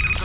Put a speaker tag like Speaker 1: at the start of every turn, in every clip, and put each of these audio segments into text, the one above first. Speaker 1: Tout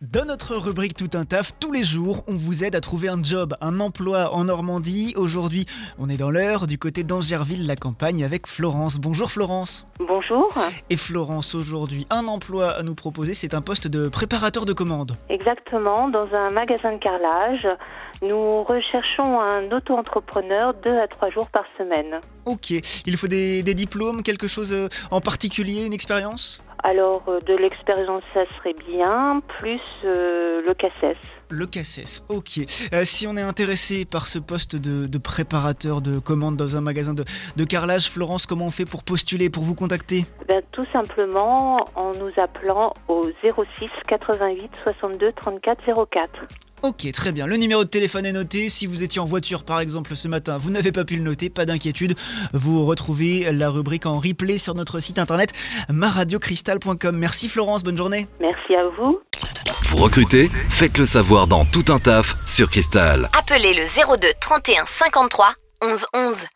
Speaker 2: Dans notre rubrique Tout un taf, tous les jours, on vous aide à trouver un job, un emploi en Normandie. Aujourd'hui, on est dans l'heure du côté d'Angerville-la-Campagne avec Florence. Bonjour Florence.
Speaker 3: Bonjour,
Speaker 2: Et Florence, aujourd'hui, un emploi à nous proposer, c'est un poste de préparateur de commandes.
Speaker 3: exactement, dans un magasin de carrelage, nous recherchons un auto-entrepreneur deux à trois jours par semaine.
Speaker 2: Ok, il faut des, des diplômes, quelque chose euh, en particulier, une expérience
Speaker 3: Alors, euh, de l'expérience, ça serait bien, plus euh, le CACES.
Speaker 2: Le CACES, ok. Euh, si on est intéressé par ce poste de, de préparateur de commandes dans un magasin de, de carrelage, Florence, comment on fait pour postuler, pour vous contacter
Speaker 3: Eh bien, tout simplement en nous appelant au 06 88 62 34 04.
Speaker 2: Ok, très bien. Le numéro de téléphone est noté. Si vous étiez en voiture, par exemple, ce matin, vous n'avez pas pu le noter, pas d'inquiétude. Vous retrouvez la rubrique en replay sur notre site internet maradiocristal.com. Merci Florence, bonne journée.
Speaker 3: Merci à vous.
Speaker 1: Vous recrutez Faites le savoir dans Tout un taf sur Cristal.
Speaker 4: Appelez le 02 31 53 11 11.